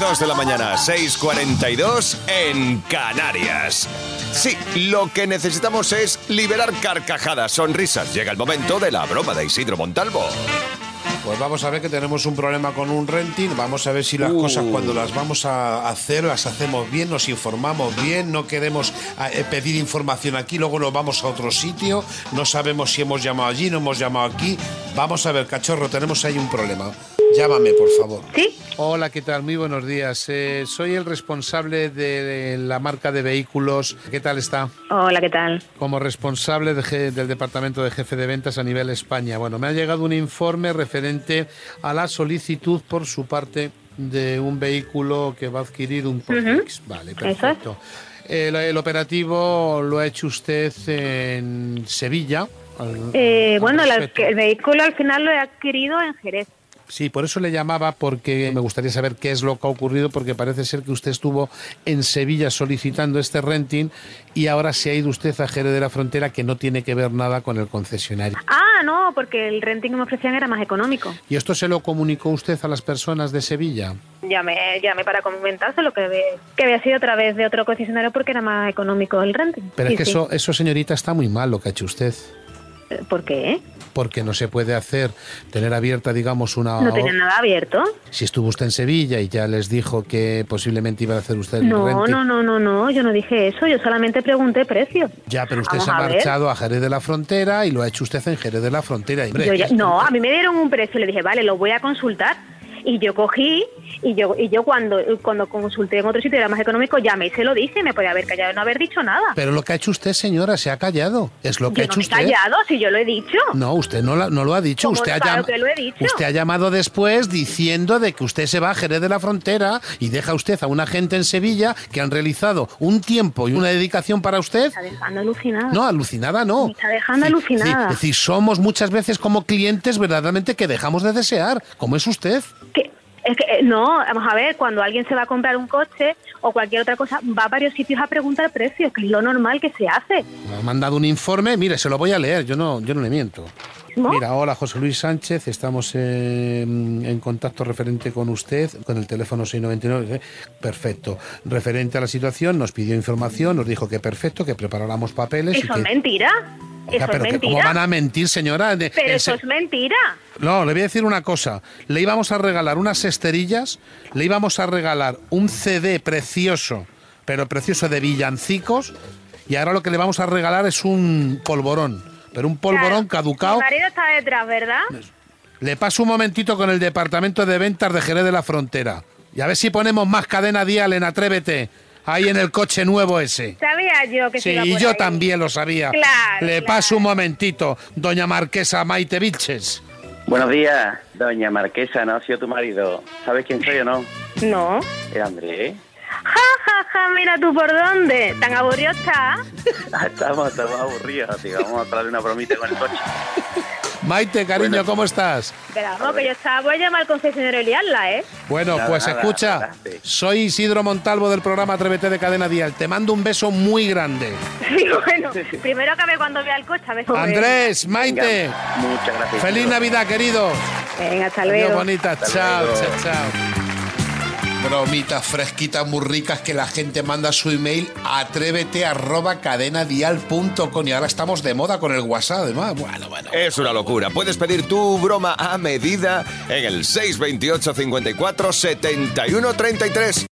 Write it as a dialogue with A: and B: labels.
A: 2 de la mañana, 6.42 en Canarias. Sí, lo que necesitamos es liberar carcajadas, sonrisas. Llega el momento de la broma de Isidro Montalvo.
B: Pues vamos a ver que tenemos un problema con un renting. Vamos a ver si las
A: Uh.
B: cosas cuando las vamos a hacer las hacemos bien, nos informamos bien, no queremos a, eh, pedir información aquí, luego nos vamos a otro sitio, no sabemos si hemos llamado allí, no hemos llamado aquí. Vamos a ver, cachorro, tenemos ahí un problema. Llámame, por favor.
C: ¿Sí?
B: Hola, ¿qué tal? Muy buenos días. Eh, soy el responsable de la marca de vehículos. ¿Qué tal está?
C: Hola, ¿qué tal?
B: como responsable de je- del departamento de jefe de ventas a nivel España. Bueno, me ha llegado un informe referente a la solicitud por su parte de un vehículo que va a adquirir un Portix. Vale,
C: Eso es.
B: perfecto. El, el operativo lo ha hecho usted en Sevilla. al-
C: Eh,
B: al
C: bueno, la-
B: respecto.
C: el vehículo al final lo he adquirido en Jerez.
B: Sí, por eso le llamaba, porque me gustaría saber qué es lo que ha ocurrido, porque parece ser que usted estuvo en Sevilla solicitando este renting y ahora se ha ido usted a Jerez de la Frontera, que no tiene que ver nada con el concesionario.
C: Ah, no, porque el renting que me ofrecían era más económico.
B: ¿Y esto se lo comunicó usted a las personas de Sevilla?
C: Llamé, llamé para comentárselo, que, había- que había sido a través de otro concesionario porque era más económico el renting.
B: Pero
C: Sí,
B: es que
C: sí.
B: eso, eso, señorita, está muy mal lo que ha hecho usted.
C: Eh, ¿Por qué?
B: Porque no se puede hacer, tener abierta, digamos, una...
C: ¿No tenía nada abierto?
B: Si estuvo usted en Sevilla y ya les dijo que posiblemente iba a hacer usted el
C: No,
B: renting.
C: no, no, no, no, yo no dije eso, yo solamente pregunté precio.
B: Ya, pero usted
C: Vamos
B: se ha
C: a ver.
B: marchado a Jerez de la Frontera y lo ha hecho usted en Jerez de la Frontera. Hombre,
C: Yo ya- no, a mí me dieron un precio, le dije, vale, lo voy a consultar. Y yo cogí, y yo y yo cuando, eh, cuando consulté en otro sitio era más económico, llamé y se lo dije, me podía haber callado y no haber dicho nada.
B: Pero lo que ha hecho usted, señora, se ha callado. Es lo que
C: yo
B: ha
C: no
B: hecho
C: me he
B: usted.
C: callado, si yo lo he dicho.
B: No, usted no, la- no lo ha dicho.
C: ¿Cómo
B: Usted ha,
C: claro
B: llam-
C: que lo he dicho?
B: usted ha llamado después diciendo de que usted se va a Jerez de la Frontera y deja usted a una gente en Sevilla que han realizado un tiempo y una dedicación para usted.
C: Me está dejando alucinada.
B: No, alucinada no.
C: Me está dejando
B: Sí, sí,
C: alucinada.
B: Es decir, somos muchas veces como clientes verdaderamente que dejamos de desear, como es usted.
C: Que- es que, eh, no, vamos a ver, cuando alguien se va a comprar un coche o cualquier otra cosa, va a varios sitios a preguntar precios, que es lo normal que se hace.
B: Me ha mandado un informe, mire, se lo voy a leer, yo no, yo no le miento.
C: ¿No?
B: Mira, hola José Luis Sánchez, estamos eh, en contacto referente con usted, con el teléfono 699. eh, Perfecto. Referente a la situación, nos pidió información, nos dijo que perfecto, que preparáramos papeles. y
C: Eso
B: que...
C: es mentira.
B: Ya,
C: Eso es
B: pero que ¿Cómo van
C: mentira.
B: a mentir, señora? De-
C: Pero
B: en
C: eso
B: se-
C: es mentira.
B: No, le voy a decir una cosa. Le íbamos a regalar unas esterillas, le íbamos a regalar un CD precioso, pero precioso de villancicos, y ahora lo que le vamos a regalar es un polvorón, pero un polvorón
C: Claro,
B: caducado.
C: Mi marido está detrás, ¿verdad?
B: Le paso un momentito con el departamento de ventas de Jerez de la Frontera. Y a ver si ponemos más cadena dial en Atrévete, ahí en el coche nuevo ese.
C: Sabía yo que se
B: Sí,
C: iba
B: y
C: por
B: yo
C: ahí.
B: también lo sabía.
C: Claro,
B: Le
C: claro.
B: paso un momentito, doña Marquesa Maite Vilches.
D: Buenos días, doña Marquesa, ¿no ha sido tu marido? ¿Sabes quién soy o no? ¿eh?
C: No.
D: El Andrés.
C: Ja, ja, ja, mira tú por dónde. Tan aburrido está.
D: Estamos, estamos aburridos, tío. Vamos a traerle una bromita con el coche.
B: Maite, cariño,
D: Bueno.
B: ¿cómo estás?
C: Pero vamos, que yo estaba, voy a llamar al concesionario y liarla, ¿eh?
B: Bueno,
D: Nada,
B: pues
D: nada,
B: escucha,
D: nada, sí.
B: soy Isidro Montalvo del programa Atrévete de Cadena Dial. Te mando un beso muy grande.
C: Sí, bueno, primero que a ver cuando vea el coche, a ver cómo es.
B: Andrés, Maite,
D: Venga, muchas gracias.
B: feliz
D: tío.
B: Navidad, querido.
C: Venga, hasta
B: Adiós,
C: luego.
B: bonita.
D: Hasta
B: chao,
D: luego.
B: chao, chao.
E: Bromitas fresquitas muy ricas que la gente manda a su email a atrévete arroba cadenadial.com y ahora estamos de moda con el WhatsApp además. Bueno, bueno.
A: Es una locura. Puedes pedir tu broma a medida en el 628 54 71 33.